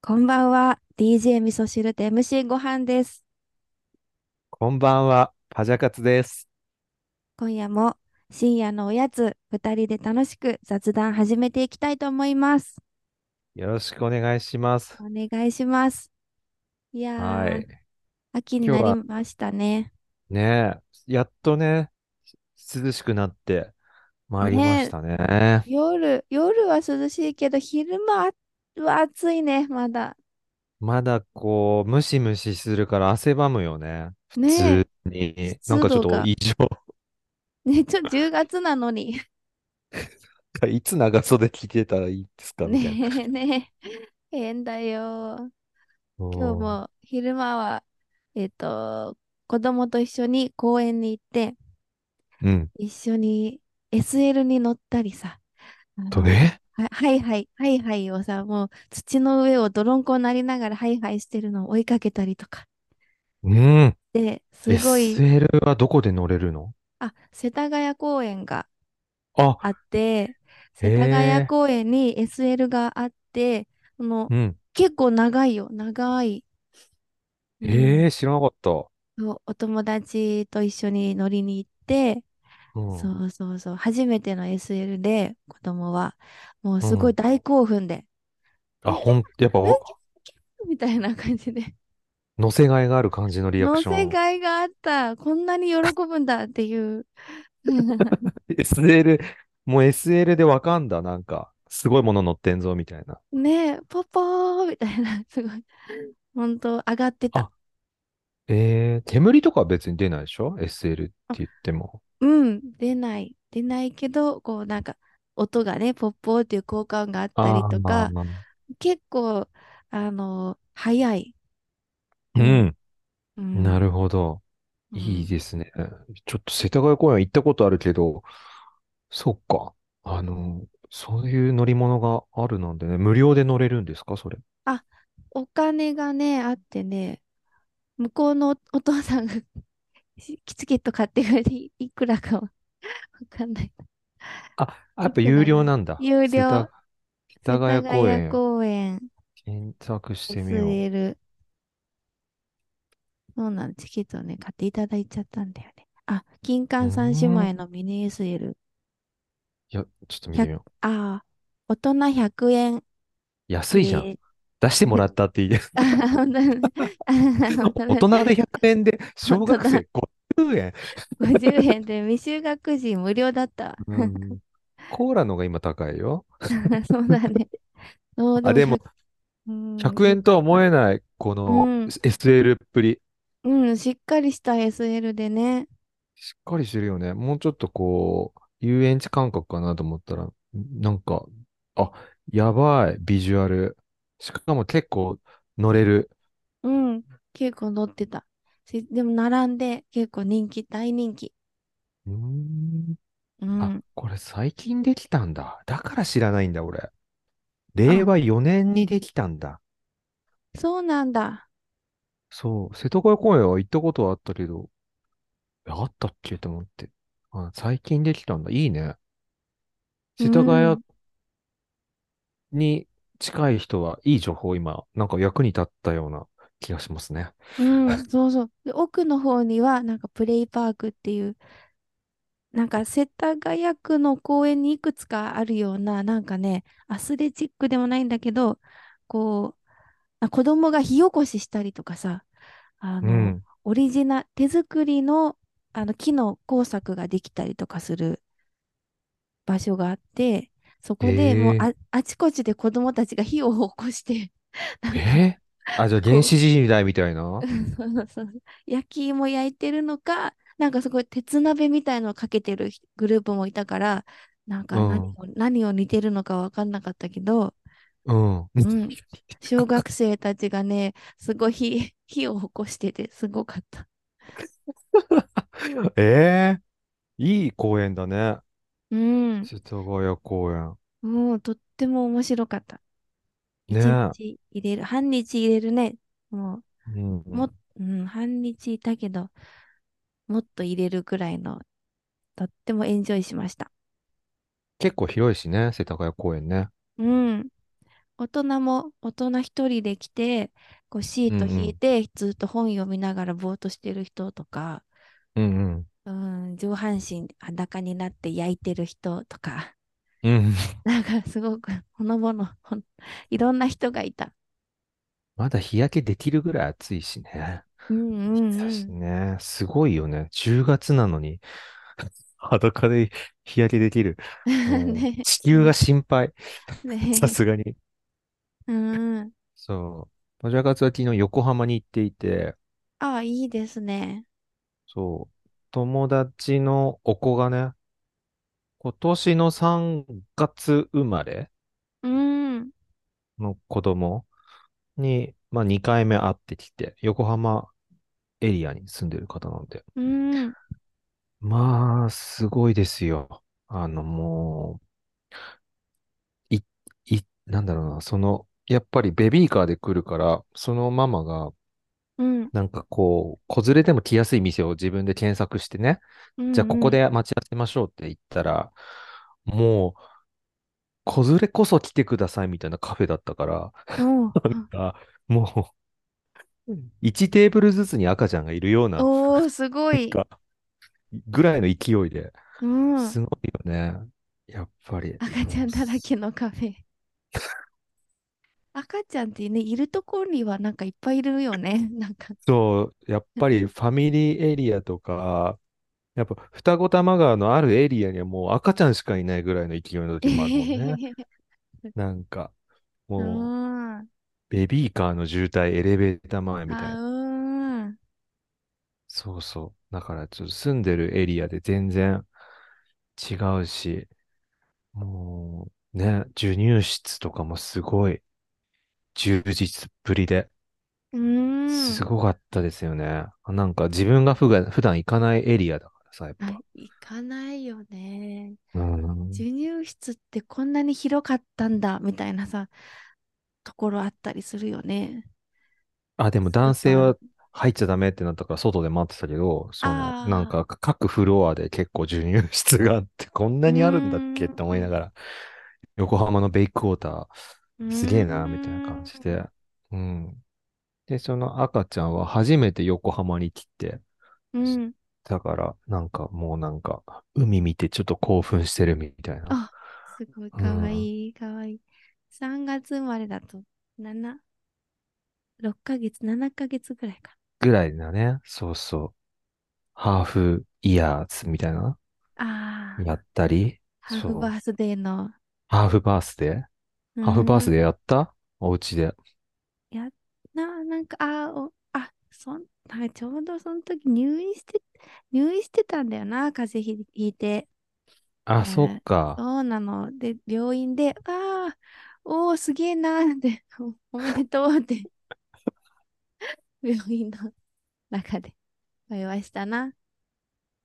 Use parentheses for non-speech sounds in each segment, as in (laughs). こんばんは。DJ 味噌汁と MC ご飯です。こんばんは、パジャカツです。今夜も深夜のおやつ、二人で楽しく雑談始めていきたいと思います。よろしくお願いします。お願いします。いやはー、い。秋に今な日りはましたね。ね、やっとね、涼しくなってまいりましねたね。え、夜、夜は涼しいけど、昼間は暑いね、まだ。まだこう、ムシムシするから汗ばむよね。普ねえ、通に。な湿んかちょ度っとが。異常。ね、ちょ、10月なのに。いつ長袖着てたらいいですかみたいな。ねえ、ねえ、変だよ。今日おーも昼間は、えっと、子供と一緒に公園に行って、うん。一緒に SL に乗ったりさ、あとの、ね。は、はいはい、はいはいをさ、もう土の上を泥んこになりながらハイハイしてるのを追いかけたりとか。うん。で、すごい、 SL はどこで乗れるのあ、世田谷公園があ、あって、世田谷へえ。公園に SL があって、その、うん。結構長いよ、長い。うん。へえ、知らなかった。そうお友達と一緒に乗りに行って、うん。そうそうそう、初めての SL で子供は、もううすごいん。大興奮で、 (laughs) あ、え、キャほん、やっぱー、え、キャお、ー、キャーみたいな感じで、乗せがいがある感じのリアクのシせョン。がいがあった、こんなに喜ぶんだっていう。 (laughs) SL、もう SL でわかんだ。なんか、すごいもの乗ってんぞ、みたいな。ねえ、ポポーみたいな、すごい、本当上がってた。あ、えー、煙とかは別に出ないでしょ ?SL ってあ言っても。うん、出ない、出ないけど、こうなんか、音がね、ポッポーっていう効果音があったりあとあ、か、結構、あの、早い。う、うんん。う、なんるほど。ういいん。ですね。ちょっと世田谷公園行ったことあるけど、そっか。あの、そういう乗り物があるなんでね。無料で乗れるんですかそれ。あ、お金がね、あってね、向こうのお、 (laughs) お父さんがチケット買ってくれていいくらかは (laughs) わかんない。あ、やいっぱく有らな料のなんだ。有世料、田、世世田田谷谷公園。公園、検索してみよ SL、そうなの、チケットをね、買っていただいちゃったんだよね。あ、金う。環う三姉ーん。妹のミニ SL、いや、ちょっと見てみ100、よあー、大人100円う。安いじゃん。で、出してもね、らったっていいです。あ、本当だね、あ本当 (laughs) 大だ (laughs) 人でね、 100円 (laughs) で、本小当学だ、生50円。 50円で未就学児無料だったわ。 (laughs) うん。コーラのが今高いよ。 (laughs) そうだね。そう、であ、もでも、 100、うん、 100よ円とかはった。思えない、こうのん、 SL っぷり。うん、しっかりした SL でね。しっかりしてるよね。もうちょっとこう、遊園地感覚かなと思ったら、なんか、あ、やばい、ビジュアル。しかも結構乗れる。うん、結構乗ってた。しでも並んで結構人気、大人気。うーん。うあ、ん。これ最近できたんだ。だから知らないんだ、俺。令あ、和4年にできたんだ。そうなんだ。そう、世田谷公園は行ったことはあったけど、えあったっけと思って。あ、最近できたんだ。いいね。う世田谷ん。に近い人はいい情報今、なんか役に立ったような気がしますね。うん、 (laughs) そうそう。で、奥の方には、なんかプレイパークっていう、なんか世田谷区の公園にいくつかあるような、なんかね、アスレチックでもないんだけど、こう、あ子供が火起こししたりとかさ、あうの、ん。オリジナル、手作りの、あの木の工作ができたりとかする場所があって、そこでもうえあ、あちこちで子供たちが火を起こして (laughs) なー、んかえ (laughs) ーあ、じゃあ原こ始時代みたいなう、そうそうそう、焼き芋焼いてるのか、なんかすごい鉄鍋みたいのをかけてるひグループもいたから、なんうか何ん。を、何を似てるのかわかんなかったけど、うん。似うてん。小学生たちがね、すごい火、火を起こしてて、すごかった。る (laughs) えー、いい公園だね。うん。世田谷公園。もうとっても面白かった。ね一え。日入れる、半日入れるね。もう、うも、ん。うん、半日いたけど、もっと入れるくらいの、とってもエンジョイしました。結構広いしね、世田谷公園ね。うん。大人も大人一人で来て、こうシーうトんう引いん。て、ずっと本読みながらぼーっとしてる人とか、うんうん。うん、上半身裸になって焼いてる人とか、 (laughs) うん。なんかすごくほのぼの、ほんいろんな人がいた。まだ日焼けできるぐらい暑いしね。うんう日ん差うし (laughs) ん。ね。すごいよね。10月なのに裸で日焼け (laughs) できる。もうね、地球が心配。 (laughs) さ (laughs) ね、すがに。うんうん。そう。ジャカツは昨日横浜に行っていて、ああ、いいですね。そう。友達のお子がね、今年の3月生まれうん。の子供に、まあ2回目会ってきて、横浜エリアに住んでる方なんで。うん。まあ、すごいですよ。あの、もう、い、い、なんだろうな、その、やっぱりベビーカーで来るから、そのママが、うん。なんかこう、子連れでも来やすい店を自分で検索してね、うじゃあこんうこん。で待ち合わせましょうって言ったら、もう、子連れこそ来てくださいみたいなカフェだったから、おうなんか、もう、1テーブルずつに赤ちゃんがいるような、おー、すごなんい。か、ぐらいの勢いで、うん。すごいよね。やっぱり、赤ちもゃうんだらけのカフ (laughs) ェ。赤ちゃんってね、いるところにはなんかいっぱいいるよね。なんか。そう、やっ (laughs) ぱりファミリーエリアとか、やっぱ双子玉川のあるエリアにはもう赤ちゃんしかいないぐらいの勢いの時もあるも (laughs) んね。なんか、う。もうんあベビーカーの渋滞、エレベーター前みたいな。うん。そうそう。だからちょっと住んでるエリアで全然違うし、もうね、授乳室とかもすごい充実っぷりで、うん。すごかったですよね。なんか自分が普段、普段行かないエリアだからさ、やっあ、ぱ。行かないよね。うん授乳室ってこんなに広かったんだ、みたいなさ、ところあったりするよね。あ、でもスー男パ性ー。は入っちゃダメってなったから外で待ってたけど、その、なんああ、か各フロアで結構授乳室があって、こんうなにあるんだっけん。っうて思いながん。ら、横浜のベイクウォーター、うすげえな、みたいな感じんで。うん。で、その赤ちゃんは初めて横浜に来て、うん。だから、なんかもうなんか、海見てちょっと興奮してるみたいな。あ、すごいうかわん。いい、かわいい。3月生まれだと7、6ヶ月、7ヶ月ぐらいか。ぐらいだね。そうそう。ハーフイヤーズみたいな。あやあ、ったり。ハーフバそう。ースデーの、ハーフバースデーうハーフバースん、デーやったお家で。やっな、なんか、あーお、あ、そん、なんかちょうどその時入院して、入院してたんだよな、風邪ひひいて。あ、えそっーか。そうなの。で、病院で、ああ、おお、すげえなーって、 (laughs) おおめでとうって、 (laughs) 病院の中で、お祝いしたな。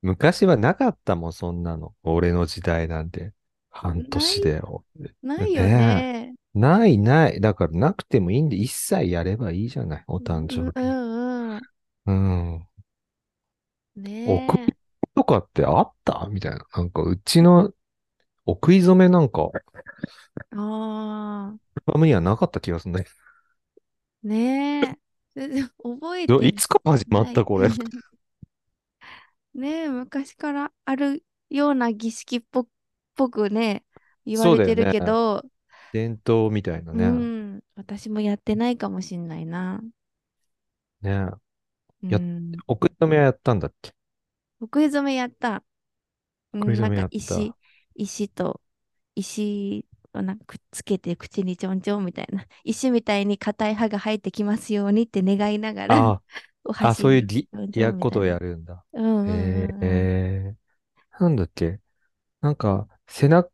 昔はなかったもん、そんなの。俺の時代なんて。半な年い、だよ。ないよねね。え。ないない。だからなくてもいいんで、一切やればいいじゃない。お誕うん生う日。んうん。うん。送ねりとかってあったみたいな。なんか、うちのお食い初めなんか、え。ああ。アルバムにはなかった気がするんだけねえ。 (laughs) 全然覚え (laughs) ど。どいてつから始まっない。た、これ。 (laughs) ねえ、昔からあるような儀式っぽ、ぽくね、言わそうれだてよるけね。ど、伝統みたいなうね。ん、私もやってないかもしんないな。うねえ。やっ、ん。お食い初めはやったんだっけお食い初めやった。うお食いん、初なんめかやっ石、た。石と、石をなんかくっつけて口にちょんちょんみたいな。 (laughs) 石みたいに硬い歯が生えてきますようにって願いながら、あ (laughs) おあ、あ、箸そういうにぎ、ちょんちょや、んみこたといな。をやるんだ。うんうんへうんうん。え、なんだっけ。なんか、背中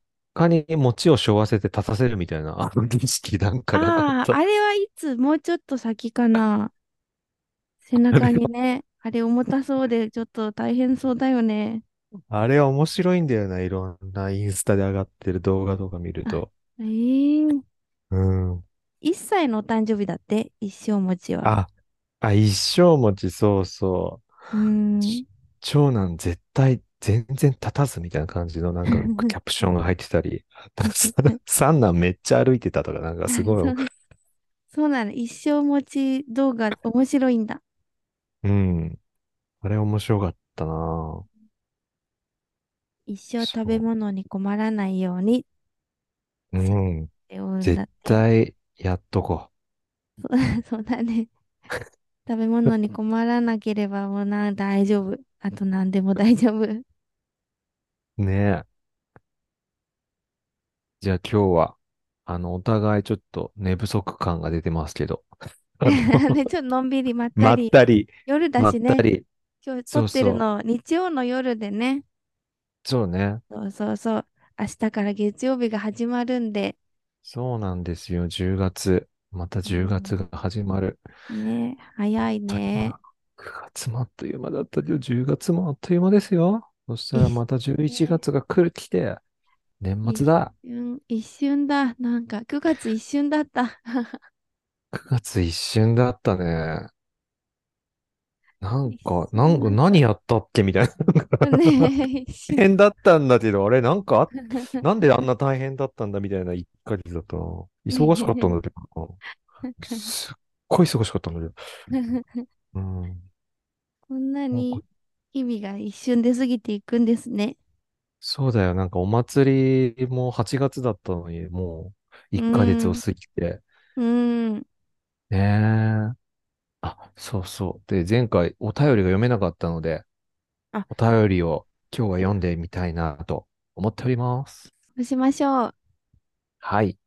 に餅を背負わせて立たせるみたいな、あの (laughs) 儀式なんかなかっああ、た。あれはいつもうちょっと先かな。背あれ中には、ね、 (laughs) あれ重たそうでちょっと大変そうだよね。あれは面白いんだよな、いろんなインスタで上がってる動画とか見るあ、と。ええうん。 1歳のお誕生日だって、一生持ちは。あ、あ、一生餅、そうそう。うん。ち長男絶対全然立たずみたいな感じのなんか (laughs) キャプションが入ってたり、 (laughs) 三男めっちゃ歩いてたとかなんかすごい、そうそうなの。一生持ち動画面白いんだ。うん。あれ面白かったな一生食べ物に困らないようにっぁうん。て思うんだ絶対やっとこ (laughs) そうだね。食べ物に困らなければもうな、大丈夫。あと何でも大丈 (laughs) 夫。う。ねえ。じゃあ今日は、あの、お互いちょっと寝不足感が出てます (laughs) けど。あのね、ちょっとのんびりまっまたっり。たり、夜まだっしたね。り。今日そ撮うっそてうるの日曜の夜でね。そうね。そうそうそう。明日から月曜日が始まるんで。そうなんですよ。10月。また10月が始まる。ね、早いあっというね間。9月もあっという間だったけど、10月もあっという間ですよ。そしたらまた11月が来る、来て、年末だ。一瞬、一瞬だ。なんか9月一瞬だった。 9月一瞬だったね。なんか、一なんか瞬だった何やったっけみたいね、な。一大瞬。変だったんだけど、あれなん (laughs) かあっ、なんであんな大変だったんだみたいな1ヶ月だったな。忙しかったんだけどな。すっごい忙しかったんだけど。うん。 (laughs) こんななんに日々が一瞬で過ぎていくんですね。そうだよ。なんかお祭りも8月だったのに、もう1ヶ月を過ぎて。うん。ねえ。あ、そうそう。で、前回お便りが読めなかったのであ、お便りを今日は読んでみたいなと思っております。そうしましょう。はい。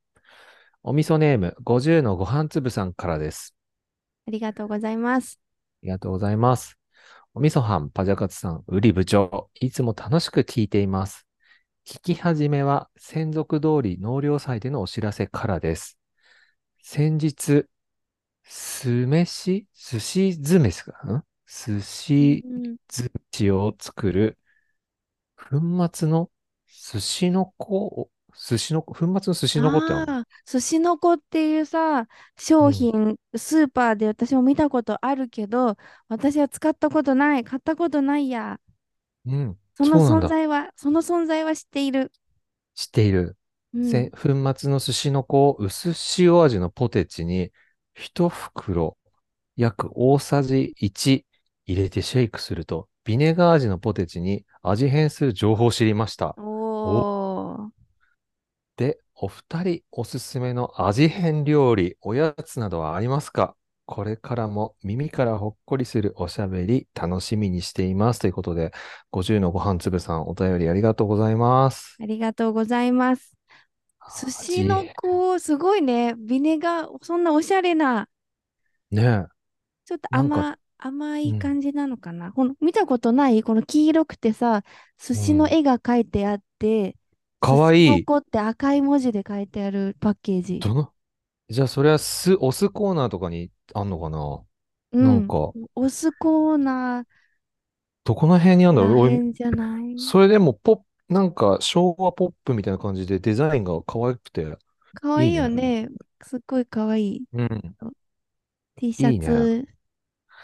お味噌ネーム50のご飯粒さんからです。ありがとうございます。ありがとうございます。お味噌班、パジャカツさん、ウリ部長、いつも楽しく聞いています。聞き始めは、専属通り納涼祭でのお知らせからです。先日、酢飯寿司酢飯かな寿司うん寿司を作る、粉末の寿司の子を、寿司の子、粉末の寿司の子ってあるのああ、寿司の子っていうさ、商品、スーパーで私も見たことあるけど、私は使ったことない、買ったことないや。うん、そのそうな存んだ在は、その存在は知っている。知っている。うんせ粉末の寿司の子を薄塩味のポテチに一袋約大さじ1入れてシェイクすると、ビネガー味のポテチに味変する情報を知りました。おー。で、お二人おすすめの味変料理、おやつなどはありますかこれからも耳からほっこりするおしゃべり楽しみにしています。ということで、50のご飯粒さんお便りありがとうございます。ありがとうございます。寿司の味子、すごいね。ビネガー、そんなおしゃれな、ねえ。ちょっとなんか甘、甘ういん感じなのかな。この見たことないこの黄色くてさ、寿司の絵が描いてあって、かわい寿司のい。子って赤い文字で書いてあるパッケージ。どのじゃあ、それは酢、お酢コーナーとかにあんのかなうなんん。か、お酢コーナーどこの辺にあるんだろうらおへいんじゃないそれでもポップ、なんか昭和ポップみたいな感じでデザインが可愛くて、かわいいいいよね。ね。すっごいかわいい。 (laughs) うん。 T シいャいねツ、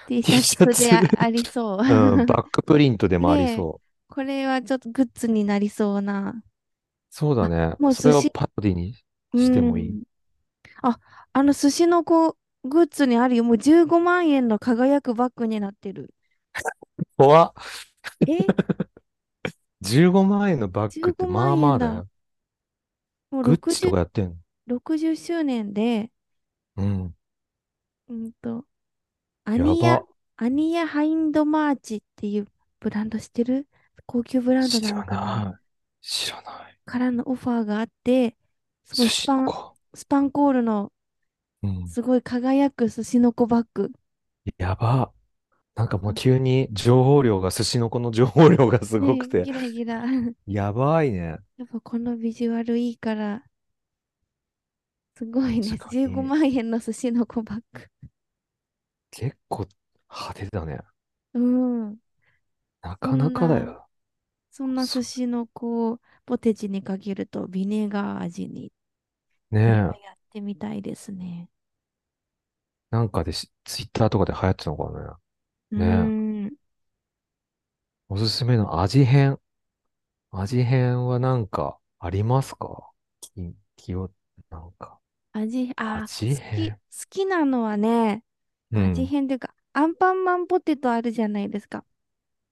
T シ T シャャツであツありそう。うん、バックプリントでもありねえそう。 (laughs) これはちょっとグッズになりそうな。そうだね。もうそれ寿を司、パロディにうしてもいい。ん。あ、あの寿司の子グッズにあるよ。もう15万円の輝くバッグになって (laughs) る。怖っえ、 15万円のバッグって15まあ万ま円あだだよ。。もうグッチと60、かやってんの60周年で、うん。うんと、アやニヤ、ば。アニヤハインドマーチっていうブランド知ってる高級ブランド知ならのかなない。知らない。からのオファーがあって、すご寿いス司パン、か。スパンコールのうん。すごい輝く寿司の子バッグ。やば。なんかもう急に情報量が、寿司のこの情報量がすごねくえ、て、ギラギラ。やばいね。やっぱこのビジュアルいいから、すごいね。確か15に。万円の寿司の子バッグ。結構派手だね。うん。なそかなんかな、だよ。そんなそ寿司の子をポテチにかけるとビネガー味に。これねはえ。やってみたいですね。なんかでし、ツイッターとかで流行ってたのかな。うねえ。ん。おすすめの味変。味変はなんかありますかき、きよ、なんか、味、あー、味好き、好変。きなのはね、う味ん。変というか、アンパンマンポテトあるじゃないですか。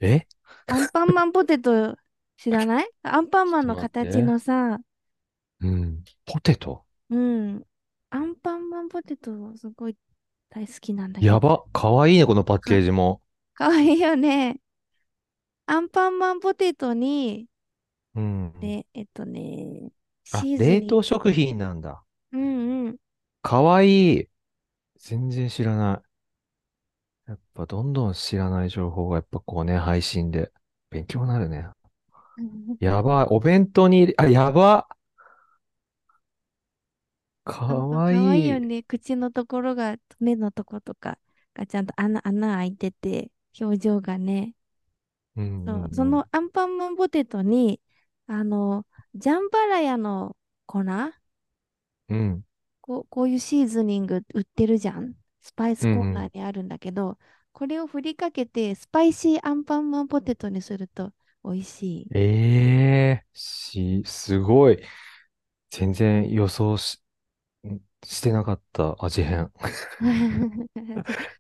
えアンパンマンポテト知らないアンパンちマンょのっと待っ形て。のさ、うん。ポテトうん。アンパンマンポテトすごい大好きなんだけやど。ば。かわいいね、このパッケーか、ジも。かわいいよね。アンパンマンポテトに、うん。ね、えっとね、あ、チーズ冷に、凍食品なんだ。うんうん。かわいい。全然知らない。やっぱどんどん知らない情報がやっぱこうね、配信で。勉強になるね。やばい。お弁当に入れ、あ、やば。かほんとわかわいいいよい。ね。口のところが、目のとことかがちゃんと穴、穴開いてて、表情がね。うんうそう、そんうん。のアンパンマンポテトに、あの、ジャンバラヤの粉うん。こう、こういうシーズニング売ってるじゃん。スパイスうコーんうナん。ーにあるんだけど、これを振りかけて、スパイシーアンパンマンポテトにすると美味し (laughs) い。ええし、すごい。全然予想し、んしてなかった味変。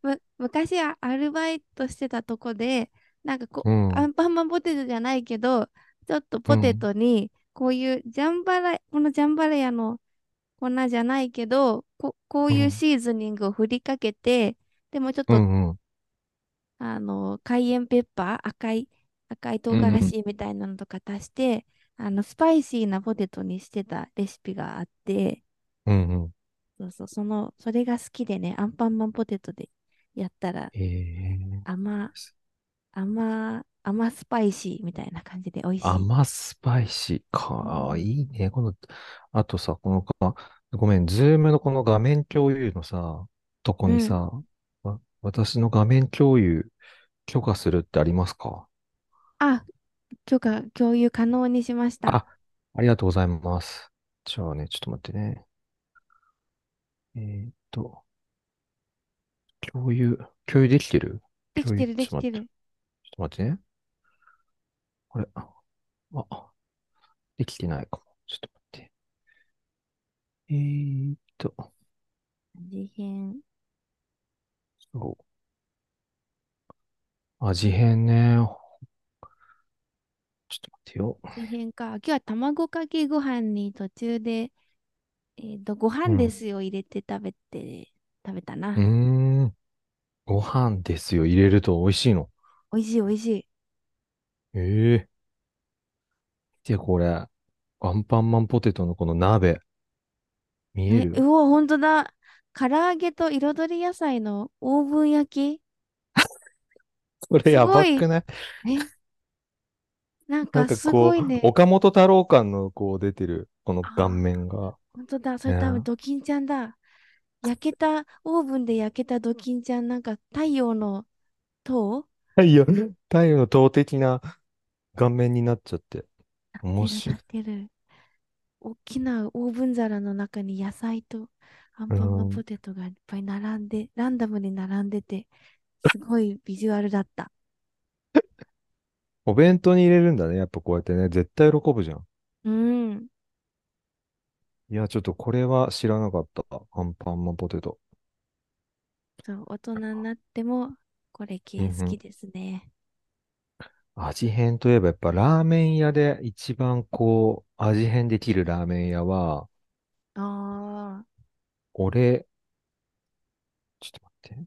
む、昔はアルバイトしてたとこで、なんかこうう、アん、ンパンマンポテトじゃないけど、ちょっとうポテん、トに、こういうジャンバラ、このジャンバラヤの粉じゃないけど、こ、こうう、いうんシーズニングを振りかけて、でもちょっうと、ん、うん、あの、カイエンペッパー、赤い、赤い唐うん、辛うん子みたいなのとか足して、あの、スパイシーなポテトにしてたレシピがあって、うんうん。そうそう、その、それが好きでね、アンパンマンポテトでやったら、ええ甘、甘、甘スパイシーみたいな感じで美味しい。甘スパイシー。かうわん、いいね。この、あとさ、このか、ごめん、ズームのこの画面共有のさ、とこうにん。さ、わ私の画面共有許可するってありますかあ、許可、共有可能にしました。あ、ありがとうございます。じゃあね、ちょっと待ってね。えーっと、共有、共有できてるでき共て有、る、でちきょっとて待って、る。ちょっと待ってね。これ、あ、あできてないかも。ちょっと待って。えーっと、味変。そう、味変ね。ちょっと待ってよ。味変か。今日は卵かけご飯に途中で、えっと、ごう飯でん。すよ、入れて食べて、食べたうな。ーん、ご飯ですよ。入れると美味しいの。美味しい、美味しい。ええで、これ、アンパンマンポテトのこの鍋、見えね、うるお、ほんとだ。唐揚げと彩り野菜のオーブン焼き。これすやごばい。くないえ、なんなんかかすごこ、いうね。岡本太郎感のこう出てる、この顔ああ、面が。ほんとだ。それ多分ね。ドキンちゃんだ。焼けた、オーブンで焼けたドキンちゃん、なんか太陽の塔太陽、太陽の塔的な顔面になっちゃって。なって面る、白なってる。大きなオーブン皿の中に野菜とアンい。うパンマンん。ポテトがいっぱい並んで、ランダムに並んでて、すごいビジュアルだった。お弁当に入れるんだね。やっぱこうやってね。絶対喜ぶじゃん。うん。いや、ちょっとこれは知らなかった。アンパンマンポテト。そう、大人になってもこれう系好んうきん。ですね。味変といえばやっぱラーメン屋で一番こう、味変できるラーメン屋は、ああ、俺、ちょっと待って。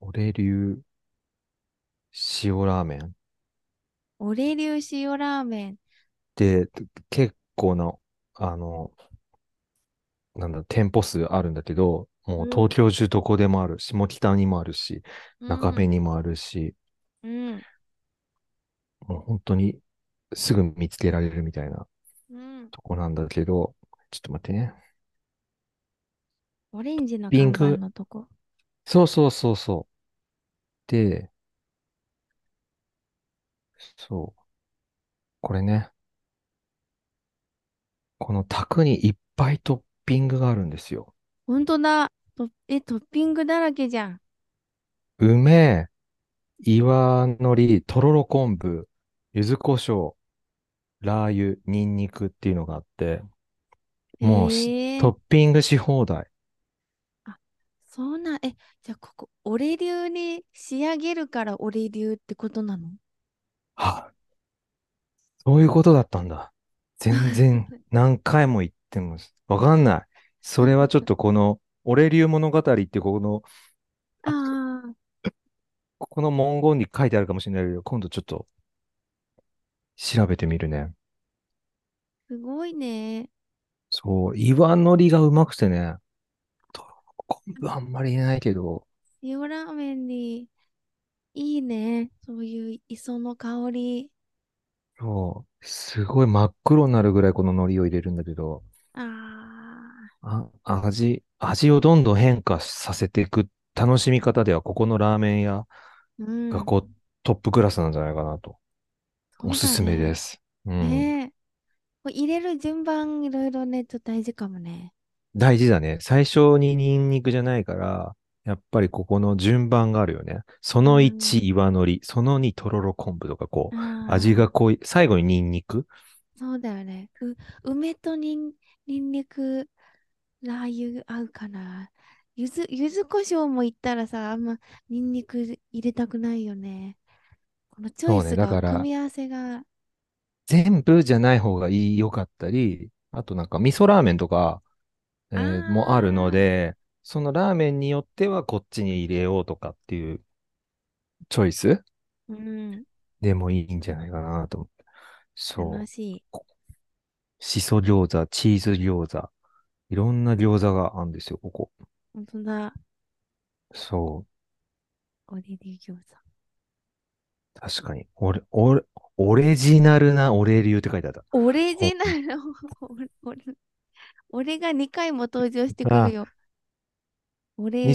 俺流塩ラーメン。俺流塩ラーメン。で、結構な、あの、なんだ、店舗数あるんだけど、う、もうん東京中どこでもある、下北にもあるし、う中ん、目にもあるし、うん、もう本当にすぐ見つけられるみたいなうん。とこなんだけど、ちょっと待ってね。オレンジのリ看ン板ク、のとこ。そうそうそうそう。で、そう、これね、この卓にいっぱいトッピングがあるんですよ。ほんとだ。と、え、トッピングだらけじゃん。梅、岩のり、とろろ昆布、柚子胡椒。ラー油、ニンニクっていうのがあって、もうすへトえ。ッピングし放題。あ、そうなん、え、じゃあここ、俺流に仕上げるから俺流ってことなのあ、そういうことだったんだ。全然何回も言ってもわかんない。それはちょっとこの、俺流物語ってこの、ああ、ここの文言に書いてあるかもしれないけど、今度ちょっと調べてみるね。すごいね。そう、岩のりがうまくてね、と昆布あんまり入れないけど、塩ラーメンにいいね。そういう磯の香り。そう、すごい真っ黒になるぐらいこの海苔を入れるんだけど、ああ、味、味をどんどん変化させていく楽しみ方では、ここのラーメン屋あ、うがん。こう、トップクラスなんじゃないかなと。そおうすだすめでね。す。うん。ねえ。これ入れる順番いろいろね、ちょっと大事かもね。大事だね。最初にニンニクじゃないから、やっぱりここの順番があるよね。そうのん。 1、岩のり。その2、とろろ昆布とか、こう、味あがあ、濃い。最後にニンニク。そうだよね。う、梅とにん、にんにく、ラー油合うかな。ゆず、ゆず胡椒もいったらさ、あんまにんにく入れたくないよね。このチョそイうね。スだが、か組ら、み合わせが、全部じゃない方がいい、良かったり、あとなんか味噌ラーメンとか、えーもあるのああ、で、そのラーメンによってはこっちに入れようとかっていうチョイスうん、でもいいんじゃないかなと思って。楽そう。しい。こしそ餃子、チーズ餃子、いろんな餃子があるんですよ、ここ。本当だ、そう。オレ流餃子。確かに。俺、俺、オレジナルなオレ流って書いてあった。オレほジナル、俺、俺俺が2回も登場してくるあ、よ。み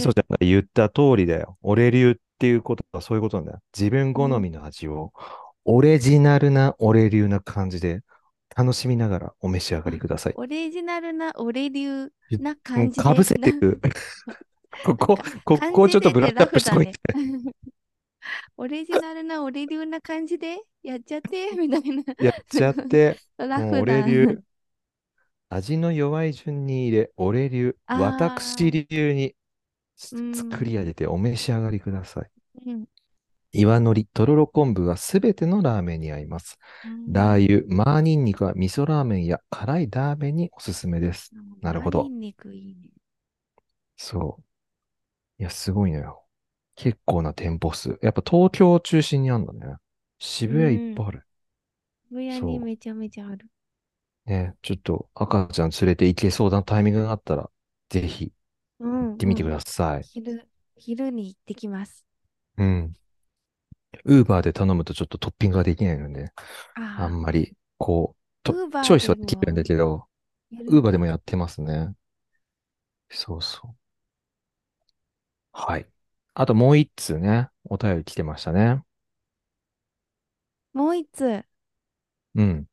俺、そちゃんが言った通りだよ。オレ流っていうことはそういうことなんだよ。自分う好ん、みの味を、オレジナルなオレ流な感じで、楽しみながらお召し上がりあ、ください。オリジナルな俺流なう感んじかぶで、せてな、 (laughs) る。こなんこ、か、ここ感をちょじっとでブラね、ッシラュアップフしだといね。て。 (laughs) オリジナルな俺流な感じで、やっちゃって、 (laughs) みたいな。やっちゃって、ラもうフ俺だ。流、味の弱い順に入れ、俺流、あ私あ、流にうす作ん、り上げてお召し上がりください。うん、岩のり、とろろ昆布はすべてのラーメンに合います。うん。ラー油、マーニンニクは味噌ラーメンや辛いラーメンにおすすめです。なるマニほど。ンニクいいね。そう。いや、すごいのよ。結構な店舗数。やっぱ東京を中心にあるんだね。う渋谷いっぱん。いある。渋谷にそめちゃめちゃある。う。ね、ちょっと赤ちゃん連れて行けそうなタイミングがあったら、ぜひう行っんてみうてん。ください。昼、昼に行ってきます。うん。ウーバーで頼むとちょっとトッピングができないので、あんああ、まり、こう、と、ウーチバョーイスではできるんもだけど、やるウーんバーでもだ。やってますね。そうそう。はい。あともう一通ね、お便り来てましたね。もう一つ。うん。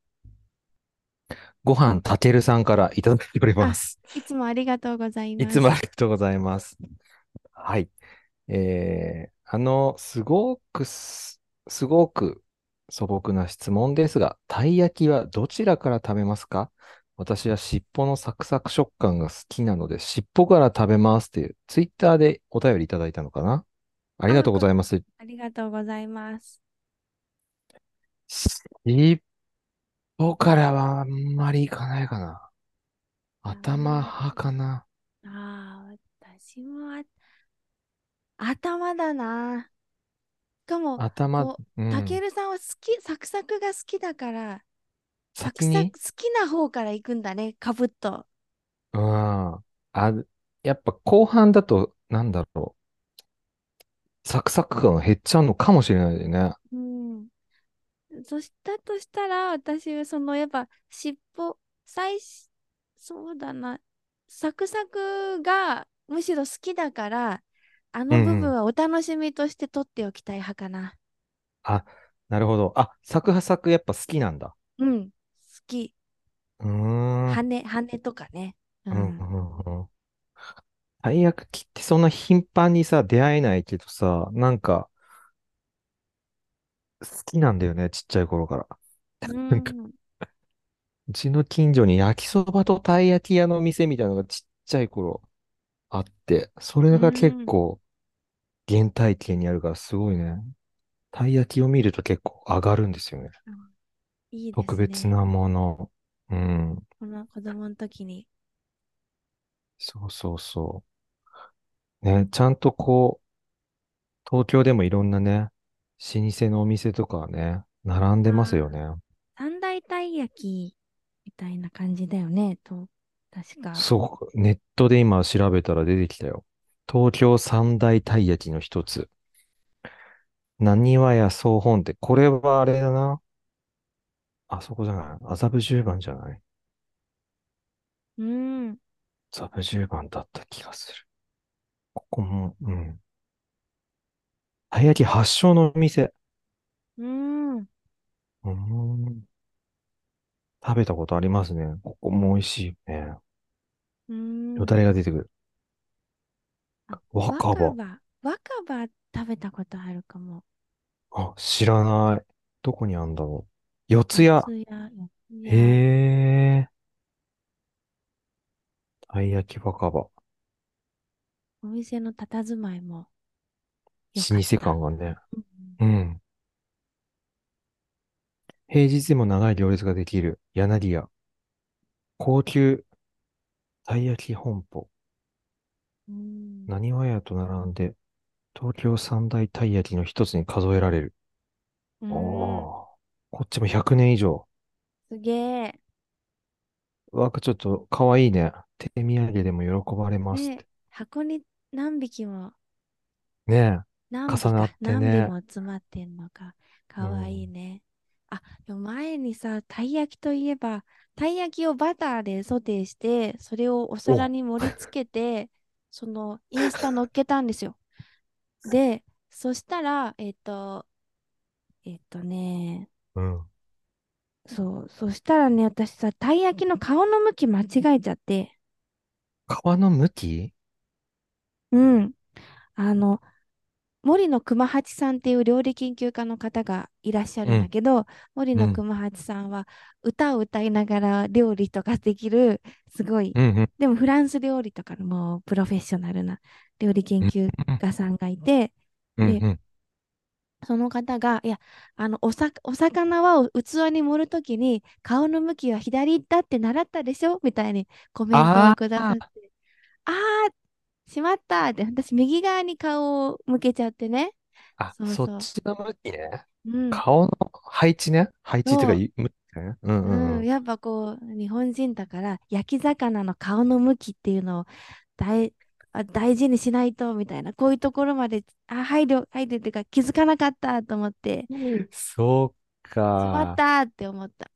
ご飯たけるさんからいただいておりまあ、す。いつもありがとうございいまつもあす。りがとうございます。はい。えー、あの、すごくす、すごく素朴な質問ですが、たい焼きはどちらから食べますか私は尻尾のサクサク食感が好きなので、尻尾から食べますっていう、ツイッターでお便りいただいたのかなああ、りがなとんうごか、ざいます。ありがとうございます。尻尾からはあんまりいかないかな。あ頭派かな。ーあー、私もあ頭だな。しかも、頭、こう、うたけん。るさんは好き、サクサクが好きだから、サク先サにク、好きな方から行くんだね、かぶっと。うん。あ、やっぱ後半だと、なんだろう。サクサク感が減っちゃうのかもしれないよね。うん。そしたとしたら、私はそのやっぱ尻尾、最初、そうだな、サクサクがむしろ好きだから、あうの部んう分ん。はお楽しみとして取っておきたい派かな。あ、なるほど。あ、サクはサクやっぱ好きなんだ。うん、好き。うーん。うん羽、羽とかね。ううんん。うん。たい焼きってそんな頻繁にさ、出会えないけどさ、なんか好きなんだよね、ちっちゃい頃から。うなんかん。うちの近所に焼きそばとたい焼き屋の店みたいなのがちっちゃい頃あって、そうれが結ん。構原体験にあるからすごいね。たい焼きを見ると結構上がるんですよね。あいいで特す別ね。なもの。うん。この子供の時に。そうそうそう。ね、ちゃんとこう、東京でもいろんなね、老舗のお店とかはね、並んでますよああ、ね。三大たい焼きみたいな感じだよね、と。確か。そう、ネットで今調べたら出てきたよ。東京三大たい焼きの一つ。浪速や総本店。これはあれだな。あそこじゃない。麻布十番じゃない。うん。麻布十番だった気がする。ここも、うん。たい焼き発祥のお店。うん。うーん。食べたことありますね。ここも美味しいよね。うよん。だれが出てくる。あ、若若葉。葉。若葉食べたことあるかも。あ、知らない。どこにあるんだろう。四四ツ谷、谷。四谷。へえ。たい焼き若葉。お店の佇まいも良かっ老舗た。感がね。うんうん。平日でも長い行列ができる。柳屋。高級たい焼き本舗。うん。なにわ屋と並んで、東京三大たい焼きの一つに数えられる。うおん。お。こっちも100年以上。すげえ。わくちょっと可愛いね。手土産でも喜ばれますっねえ、て。箱に何匹も、ねえ。何重尾なっか、て何尾ね。も詰まってんのか、うかわいいん。ね。あ、でも前にさ、たい焼きといえば、たい焼きをバターでソテーして、それをお皿お、に盛り付けて、そのインスタ乗っけたんですよ。で、そしたら、えっと、えっとね、うん。そう、そしたらね、私さ、たい焼きの顔の向き間違えちゃって、皮の向きうん、あの、森野熊八さんっていう料理研究家の方がいらっしゃうるんだん、けど、森う野ん、熊八さんは歌を歌いながら料理とかできる、すごい、うん、うん、でもフランス料理とかのもうプロフェッショナルな料理研うん、究家さんがいて、うん、で、うん、その方が、いや、あの、おさ、お魚は器に盛るときに、顔の向きは左だって習ったでしょみたいにコメントをあくださっあ、て、あー、しまったって、私、右側に顔を向けちゃってね。あ、そうそっそう。ちの向きね。うん。顔の配置ね。配置ってそう。いうか、向きね。うん、う、うん、うんん。やっぱこう日本人だから焼き魚の顔の向きっていうのを大、あ大事にしないとみたいなこういうところまであ配慮配慮っていうか気づかなかったと思ってうんそうしまっか。たって思った。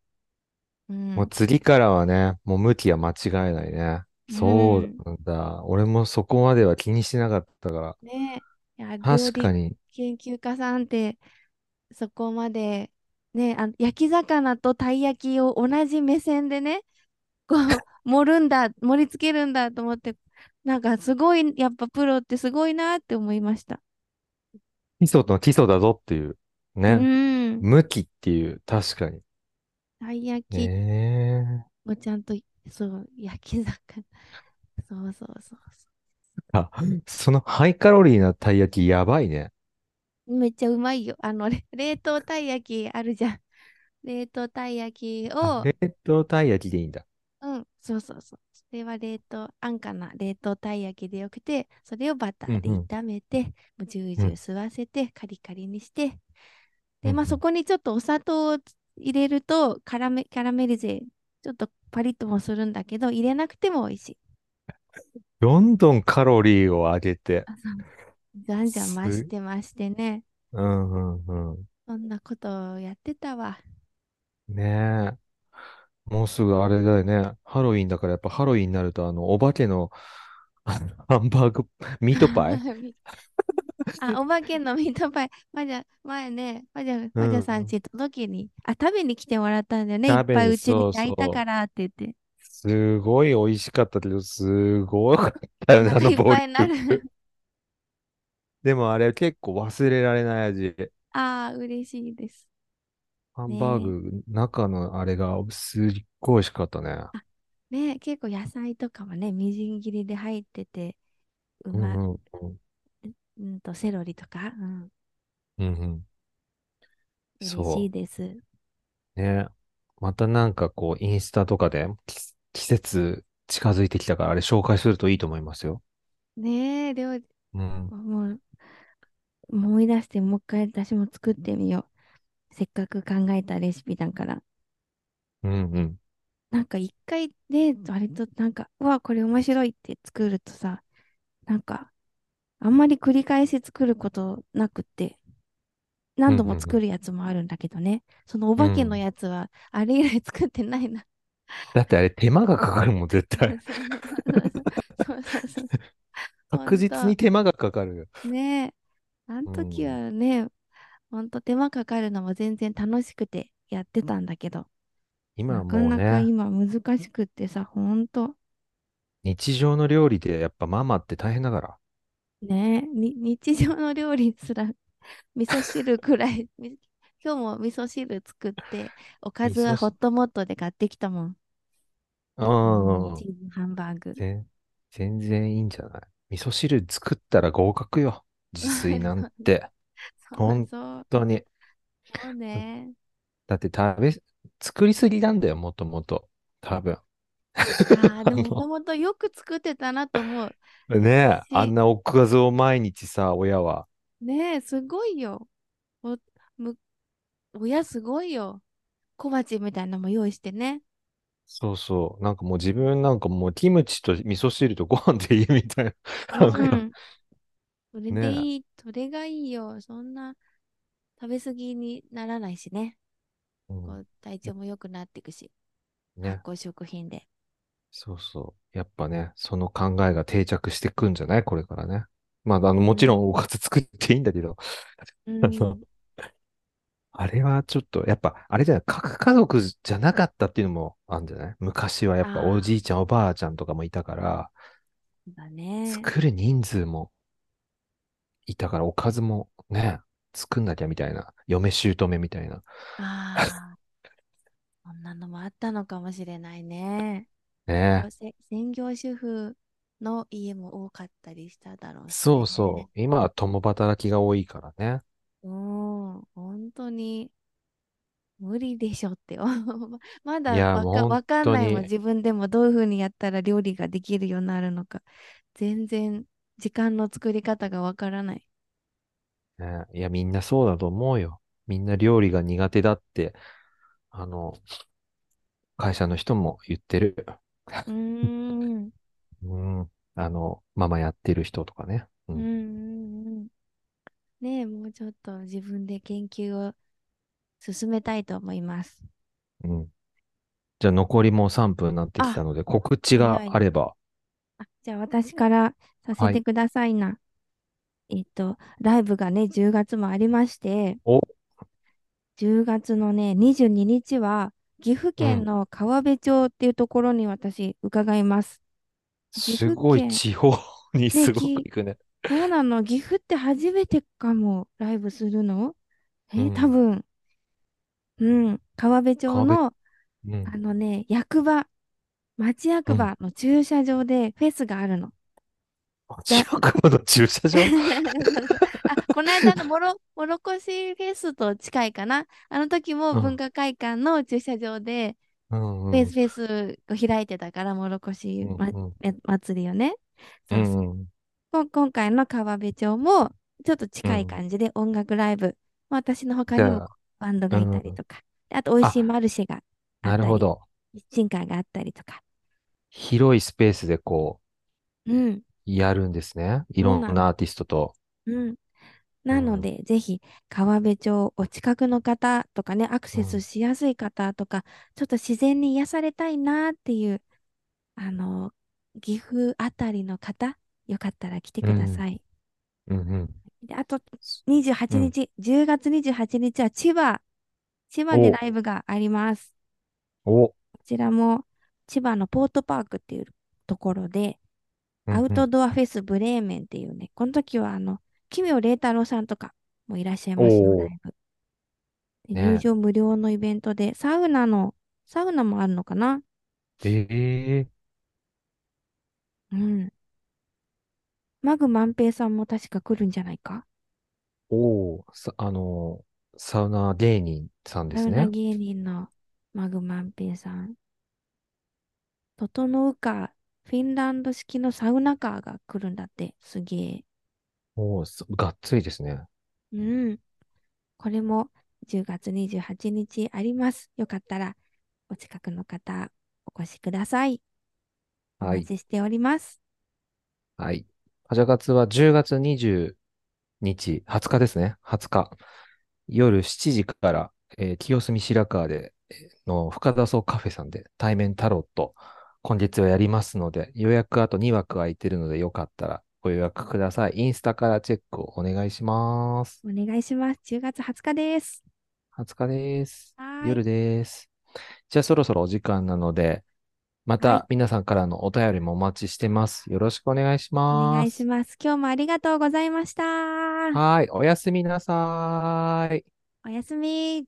う、もうん次からはね、もう向きは間違えないね。うそん、うなんだ。俺もそこまでは気にしなかったから。ねえ、いや料確理かに。研究家さんってそこまで、ね、あの焼き魚とたい焼きを同じ目線でねこ (laughs) う盛るんだ盛り付けるんだと思ってなんかすごいやっぱプロってすごいなって思いました。基礎の基礎だぞっていう。うね。ーん。向きっていう。確かに。たい焼きねえ。もちゃんと、そう、焼き魚。そうそうそうそあ、そのハイカロリーなたい焼きやばいね。う。めっちゃうまいよ。あの、れ冷凍たい焼きあるじゃん。冷凍たい焼きあ、を、冷凍たい焼きでいいんだ。うん、そうそうそう。それは冷凍、安価な冷凍たい焼きでよくて、それをバタうーんでうん、炒めて、もうジューうジューん、吸わせて、カリカリにして、うで、んまあうそん。こにちょっとお砂糖を入れると、カラメ、キャラメリゼ、ちょっとパリッともするんだけど、入れなくても美味 (laughs) しい。どんどんカロリーを上げて、あそうじゃんじゃん増しす、て増してね。うんうんうそんなことをやってたわ。ん。ねえ。もうすぐあれだよね。ハロウィンだからやっぱハロウィンになるとあの、お化けの、あのハンバーグ、ミートパ (laughs) イあ、お化けのミートパイ、まじゃ、前ね、まじゃ、うまじゃさんん。家届けに、あ、食べに来てもらったんだよね。いっ食べぱいに、うちにそう焼いたかそう。らって言って。すごい美味しかったけど、すごかったよおね、あ腹のいっボぱリいになューム。るでもあれ結構忘れられない味。ああ、嬉しいです。ハンバーねグ、中のあれがすっごい美味しかったね。あ、ねえ、結構野菜とかもね、みじん切りで入ってて、ううま、んうんうん。うんと、セロリとか、うん、うんうん。嬉しいそです。う。ね。またなんかこう、インスタとかでき季節近づいてきたから、あれ紹介するといいと思いますよ。ねえ、料理、うん。もう思い出して、もう一回私も作ってみよう。せっかく考えたレシピだから。うんうん。なんか一回ね、割となんか、うわ、これ面白いって作るとさ、なんか、あんまり繰り返し作ることなくって、う何ん度も作るやつもあるんだけどね、そのおうんう化ん。けのうん。やつは、あれ以来作ってないな。だってあれ手間がかかるもん、絶そう (laughs) 対。そうそうそうそうそうそう。ほ確ん実にと、手間がかかるよ。ねえ、あのう時ん。はね、ほんと手間かかるのも全然楽しくてやってたんだけど、今なはかもうなかね、今難しくってさ、ほんと、日常の料理でやっぱママって大変だから。ねえ、に日常の料理すら味噌汁くらい、 (laughs) み今日も味噌汁作って、おか味ず噌はホッ汁。トモットで買ってきたもん。ううん、んうんうチん。ーズハンバーグ。全全然いいんじゃない味噌汁作ったら合格よ。自炊なん (laughs) て。そう本そう、当に。そう (laughs) ね。だって食べ、作りすぎなんだよ、もともと。多分。ああ、であももとの、もとよく作ってたなと思う。ねえ、あんし、なおかずを毎日さ、親は。ねえ、すごいよ。お、む、親すごいよ。小鉢みたいなのも用意してね。そうそう。なんかもう自分なんかもうキムチと味噌汁とご飯でいいみたいな。うなんんうか、ん。それでねえ。いい、それがいいよ。そんな食べ過ぎにならないしね。うこん。う体調も良くなっていくし、発ね。酵食品で。そうそう。やっぱね、その考えが定着してくんじゃないこれからね。まあ、あの、うもちろん。んおかず作っていいんだけど、うあの、ん。あれはちょっと、やっぱ、あれじゃない、核家族じゃなかったっていうのもあるんじゃない昔はやっぱおあじあ、いちゃんおばあちゃんとかもいたから、そうだね。作る人数もいたから、おかずもね、作んなきゃみたいな、嫁姑みたいな。あ (laughs) あ、こんなのもあったのかもしれないね。ねこうえ。せ専業主婦の家も多かったりしただろうしそうね。そう。今は共働きが多いからね。うん、本当に無理でしょって (laughs) 思う。ままいだや、わもうか、本わかん当ないもん。に、自分でもどういうふうにやったら料理ができるようになるのか。全然時間の作り方がわからない。ね、いや、みんなそうだと思うよ。みんな料理が苦手だって、あの、会社の人も言ってる。うーん。うん。あの、ママやってる人とかね。う。うんうんんうん。ねえ、もうちょっと自分で研究を進めたいと思います。うん。じゃあ残りもう3分になってきあ、たので、告知が早いあれね。ば。あ、じゃあ私からさせはてい。くださいな。えっと、ライブがね、10月もありまして、お、 10月のね、22日は、岐阜う県ん。の川辺町っていうところに私、伺います。岐す阜ごい県、地方にね、すごくき、行くね。そうなの、岐阜って初めてかも、ライブするのうえ、多ん。分、うん、川辺町川辺、の、うあん。のね、役場、町う役ん。場の駐車場でフェスがあるの。町だ役場の駐車 (laughs) 場そうそうあ、この間のもろ、もろこしフェスと近いかな。あの時もう文ん。化会館の駐車場でうフェんうスん。フェスを開いてたから、もろこうし、んま、うん。え祭りよね。うそうそんうん。う。こ今回の川辺町もちょっとう近いん。感じで音楽ライブ。まあ私の他じにもゃこうバンドあ、がういたん。りとか、であと美味しいあ、マルシェがあなっるたほり、ど。キッチンカーがあったりとか。広いスペースでこうん、う、やるんですね。いそうろなんの。なアーティストと。うん。うなのん。で、ぜひ、川辺町お近くの方とかね、アクうセスん。しやすい方とか、ちょっと自然に癒されたいなっていう、あの、岐阜あたりの方、よかったら来てうくだん。さい。うん。うん。で、あと、28うん。日、10月28日は千葉、千葉でお、ライブがあります。お、こちらも、千葉のポートパークっていうところで、うアんウうトん。ドアフェスブレーメンっていうね、この時は、あの、奇妙麗太郎さんとかもいらっしゃいますよ、ラおーイブ。で入ね場無料のイベントで、サウナの、サウナもあるのかなええうん。マグ万平さんも確か来るんじゃないかおおー、さ、あのー、サウナ芸人さんでサすウナね。芸人のマグ万平さん。整うか、フィンランド式のサウナカーが来るんだって。すげえ。おお、そがっつりですね。うん。これも10月28日あります。よかったらお近くの方お越しください。おは待い。ちしております。はい。パジャ活は10月20日、20日ですね。20日。夜7時から、えー清澄白河で、えーの深田荘カフェさんで対面タロット、今月はやりますので、予約あと2枠空いてるので、よかったらご予約ください。インスタからチェックをお願いします。お願いします。10月20日です。 20日です。はーい。夜です。じゃあそろそろお時間なので、まはい。た皆さんからのお便りもお待ちしてます。よろしくお願いしお願まいしす。ます。今日もありがとうございました。はーい、おやすみなさーい。おやすみ。